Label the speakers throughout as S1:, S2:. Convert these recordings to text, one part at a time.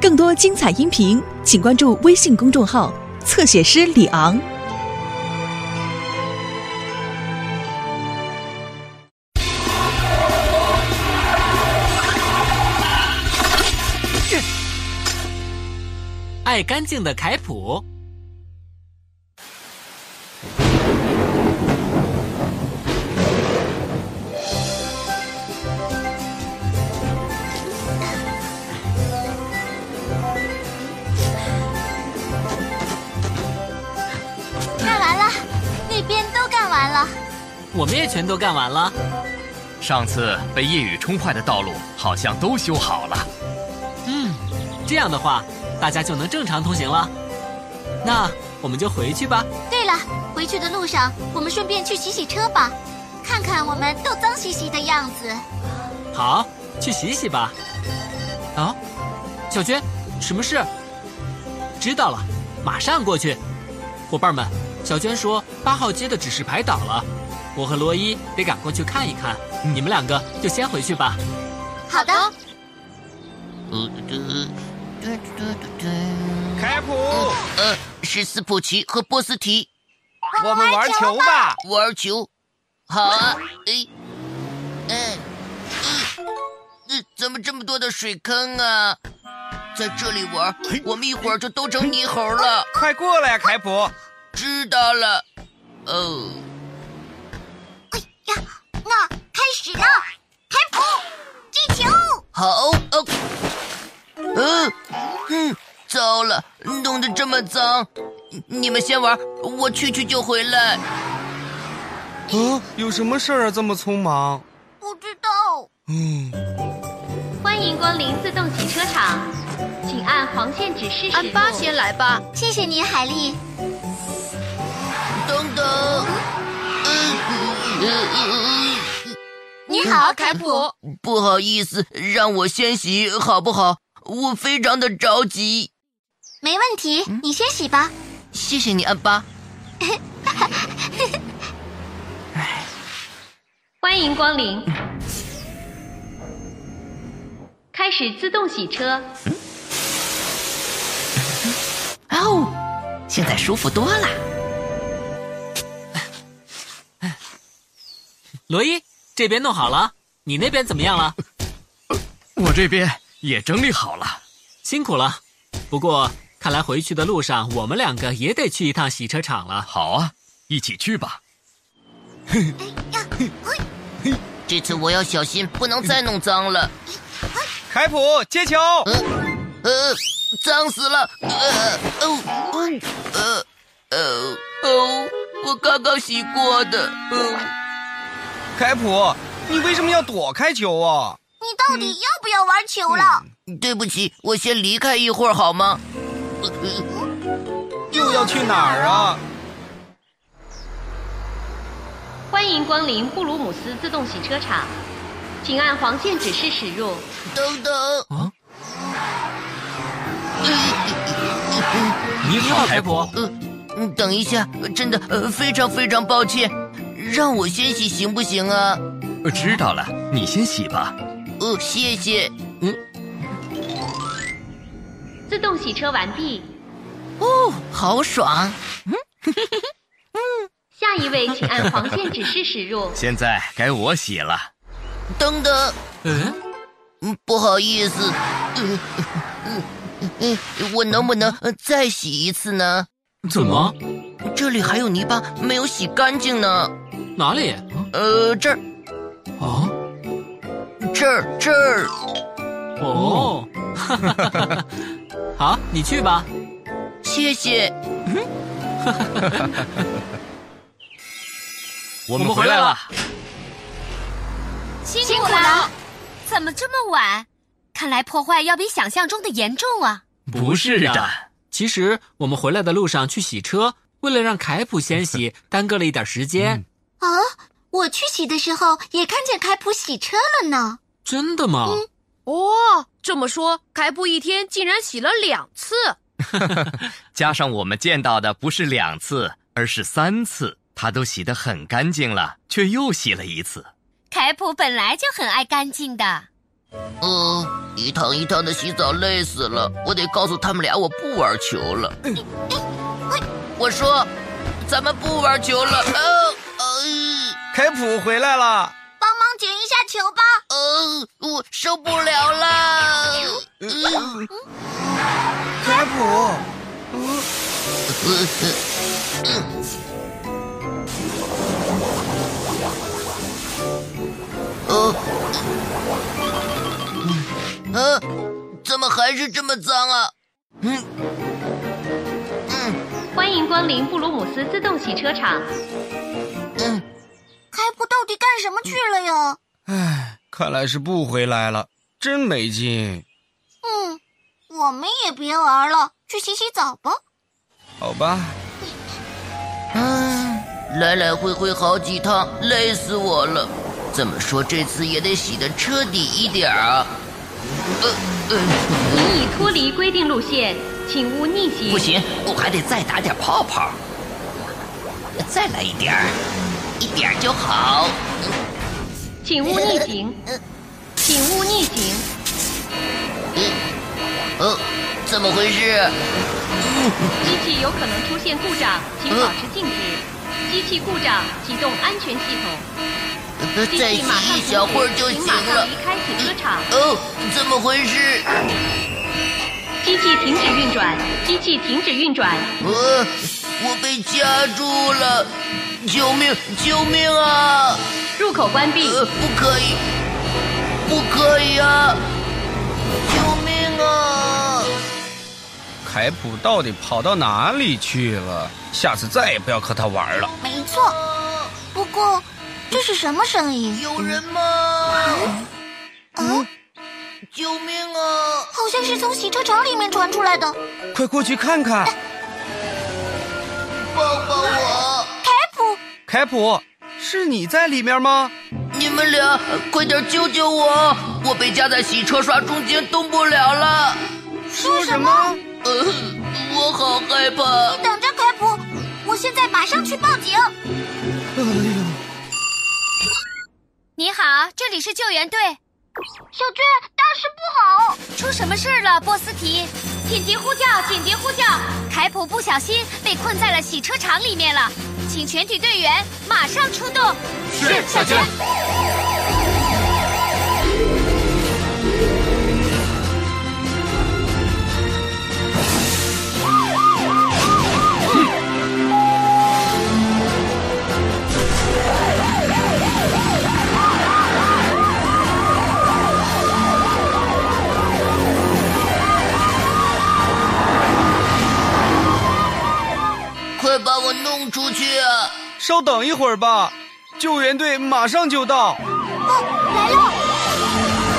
S1: 更多精彩音频，请关注微信公众号“侧写师李昂”。
S2: 爱干净的凯普，
S3: 干完了，那边都干完了。
S2: 我们也全都干完了。
S4: 上次被夜雨冲坏的道路好像都修好了。
S2: 嗯，这样的话，大家就能正常通行了。那我们就回去吧。
S3: 对了，回去的路上，我们顺便去洗洗车吧，看看我们都脏兮兮的样子。
S2: 好，去洗洗吧。啊，小娟，什么事？知道了，马上过去。伙伴们，小娟说八号街的指示牌倒了，我和罗伊得赶过去看一看。你们两个就先回去吧。
S3: 好的，
S5: 嘟嘟嘟嘟嘟嘟。
S6: 凯普，
S2: 嗯
S5: 呃，是斯普奇和波斯提
S6: 我们玩球吧！
S5: 玩球。好啊，哎，哎，嗯，呃怎么这么多的水坑啊？在这里玩，我们一会儿就都成泥猴了。
S6: 快过来呀、凯普！
S5: 知道了。哦，
S3: 那开始了，开普，进球！
S5: 好哦。嗯、嗯，糟了，弄得这么脏。你们先玩，我去去就回来。
S6: 嗯，有什么事儿啊？这么匆忙？
S3: 不知道，
S6: 嗯，
S7: 欢迎光临自动洗车场，请按黄线指示按八先来吧。嗯
S3: 谢谢你，海丽。
S5: 等等。嗯嗯嗯
S3: 你好，凯普。
S5: 嗯，不好意思，让我先洗好不好？我非常的着急。
S3: 没问题，
S7: 嗯
S3: 你先洗吧。
S5: 谢谢你，安巴。
S7: 欢迎光临，开始自动洗车。
S8: 哦，现在舒服多了。
S2: 罗伊，这边弄好了，你那边怎么样了？
S4: 我这边也整理好了。
S2: 辛苦了。不过看来回去的路上，我们两个也得去一趟洗车场了。
S4: 好啊，一起去吧。
S3: 哎呀，嘿
S5: 这次我要小心，不能再弄脏了。
S6: 凯普接球！
S2: 嗯
S5: 呃，脏死了。呃，哦，哦呃，哦，哦，我刚刚洗过的。嗯，
S6: 凯普，你为什么要躲开球啊？
S3: 你到
S7: 嗯
S3: 底要不要玩球了？
S5: 对不起，我先离开一会儿好吗？呃呃
S6: 又要去哪儿啊？
S7: 欢迎光临布鲁姆斯自动洗车场，请按黄线指示驶入。
S5: 等等，
S2: 你好，凯普。
S5: 呃，嗯等一下，真的，呃，非常非常抱歉，让我先洗行不行啊？
S4: 呃知道了，你先洗吧。。
S5: 呃，谢谢。
S7: 自动洗车完毕，
S5: 哦，好爽！
S7: 下一位请按黄线指示驶入
S4: 现在该我洗了。
S5: 等等，
S2: 嗯，
S5: 嗯不好意思，嗯嗯嗯嗯，我能不能呃再洗一次呢？
S2: 怎么？
S5: 这里还有泥巴没有洗干净呢。
S2: 哪里？
S5: 呃，这儿，
S2: 哦
S5: 这儿，这儿，
S2: 哦， 好，你去吧。
S5: 谢谢。
S4: 我
S2: 们回来了。
S3: 辛苦了。怎么这么晚？看来破坏要比想象中的严重啊！
S4: 不是的，
S2: 其实我们回来的路上去洗车，为了让凯普先 洗，耽搁了一点时间。
S6: 嗯
S3: 啊，我去洗的时候也看见凯普洗车了呢。
S2: 真的吗？
S9: 哦，这么说，凯普一天竟然洗了两次。
S4: 加上我们见到的不是两次，而是三次，他都洗得很干净了，却又洗了一次。
S3: 凯普本来就很爱干净的。
S5: 嗯，一趟一趟的洗澡累死了，我得告诉他们俩我不玩球了。我说，咱们不玩球了。呃呃
S6: 凯普回来了。
S3: 帮忙捡一下球吧。
S5: 呃，我受不了了。呃
S6: 凯普，
S5: 呃，呃，怎么还是这么脏啊？嗯
S7: 欢迎光临布鲁姆斯自动洗车场，
S5: 嗯，
S3: 开普到底干什么去了呀？
S6: 唉，看来是不回来了，真没劲。
S3: 嗯，我们也别玩了，去洗洗澡吧。
S6: 好吧，
S5: 唉来来回回好几趟，累死我了。怎么说，这次也得洗得彻底一点儿啊。呃呃，
S7: 您已脱离规定路线，请勿逆行。
S8: 不行，我还得再打点泡泡，再来一点儿，
S5: 一点儿就好。
S7: 请勿逆行，请勿逆行，
S5: 呃，嗯怎么回事？
S7: 机器有可能出现故障，请保持静止。机器故障，启动安全系统。
S5: 呃
S7: 机
S5: 再
S7: 器马上
S5: 洗一
S7: 停
S5: 小会儿
S7: 止
S5: 就
S7: 请
S5: 行
S7: 马上
S5: 了
S7: 离。开洗车场。
S5: 哦，怎么回事？
S7: 机器停止运转，机器停止运转，
S5: 呃，我被夹住了，救命！救命啊！
S7: 入口关闭，
S5: 呃，不可以，不可以啊！救命啊！
S6: 凯普到底跑到哪里去了？下次再也不要和他玩了。
S3: 没错，不过这是什么声音？
S5: 有人吗？
S3: 嗯，
S5: 救命啊！
S3: 好像是从洗车场里面传出来的。
S6: 快过去看看，
S5: 抱抱我！
S3: 开普，
S6: 凯普，是你在里面吗？
S5: 你们俩呃快点救救我！我被夹在洗车刷中间，动不了了。
S3: 说什么？
S5: 呃，我好害怕。
S3: 等着，开普，我现在马上去报警。
S9: 哎你好，这里是救援队。
S3: 小娟，大事不好！
S9: 出什么事了，波斯提？紧急呼叫！紧急呼叫！凯普不小心被困在了洗车场里面了，请全体队员马上出动。
S2: 是小娟。
S5: 快把我弄出去啊！
S6: 稍等一会儿吧，救援队马上就到。
S2: 哦
S3: 来了，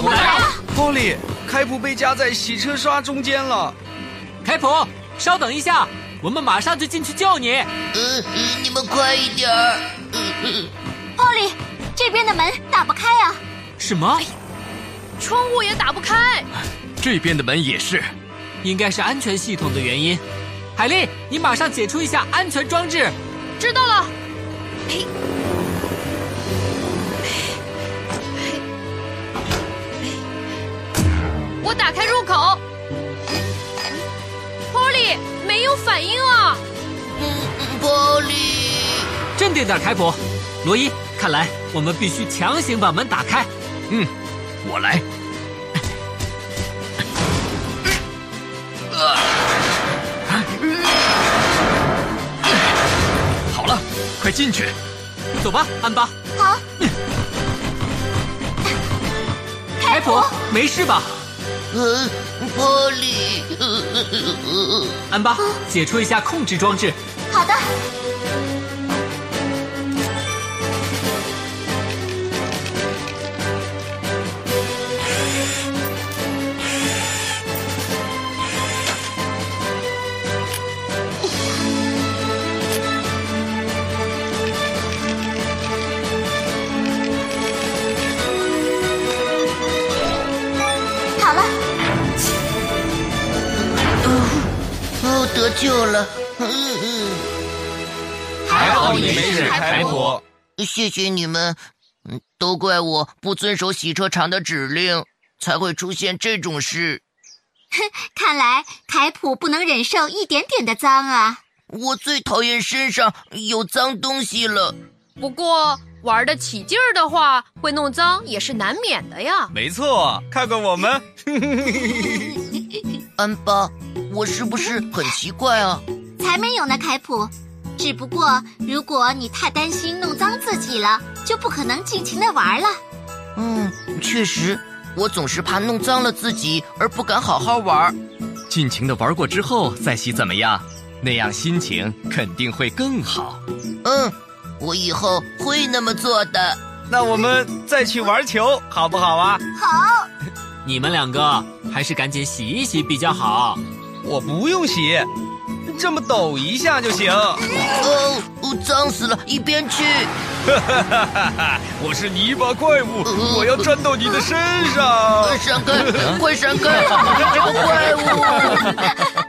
S2: 我来啊了，
S6: Polly，凯普被夹在洗车刷中间了。
S2: 凯普，稍等一下，我们马上就进去救你。
S5: 呃，呃你们快一点儿。呃呃
S3: 鲍里，这边的门打不开啊呀、
S2: 什么？
S9: 窗户也打不开，
S4: 这边的门也是。
S2: 应该是安全系统的原因。海莉，你马上解除一下安全装置。
S9: 知道了。我打开入口。Polly 没有反应啊！
S5: 嗯，波利，
S2: 镇定点，凯普。罗伊，看来我们必须强行把门打开。
S4: 嗯，我来。好了，快进去。
S2: 走吧，安巴。
S3: 好，
S2: 凯普，没事吧？
S5: 呃，波利，呃呃呃呃，
S2: 安巴，解除一下控制装置。
S3: 好的，
S5: 呃得救了。嗯
S2: 还
S6: 好你没事，开普。
S5: 嗯，呃谢谢你们。嗯都怪我不遵守洗车场的指令，才会出现这种事。
S3: 看来凯普不能忍受一点点的脏啊！
S5: 我最讨厌身上有脏东西了。
S10: 不过玩的起劲儿的话，会弄脏也是难免的呀。
S4: 没错，看看我们，
S5: 安巴，我是不是很奇怪啊？
S3: 才没有呢，凯普。只不过如果你太担心弄脏自己了，就不可能尽情的玩了。
S5: 嗯，确实，我总是怕弄脏了自己而不敢好好玩。
S4: 尽情的玩过之后再洗怎么样？那样心情肯定会更好。
S5: 嗯，我以后会那么做的。
S4: 那我们再去玩球好不好啊？
S2: 你们两个还是赶紧洗一洗比较好。
S6: 我不用洗，这么抖一下就行。
S5: 哦，哦脏死了，一边去！
S6: 我是泥巴怪物，我要钻到你的身
S5: 快
S6: 上。
S5: 闪开，快闪开！这个怪物！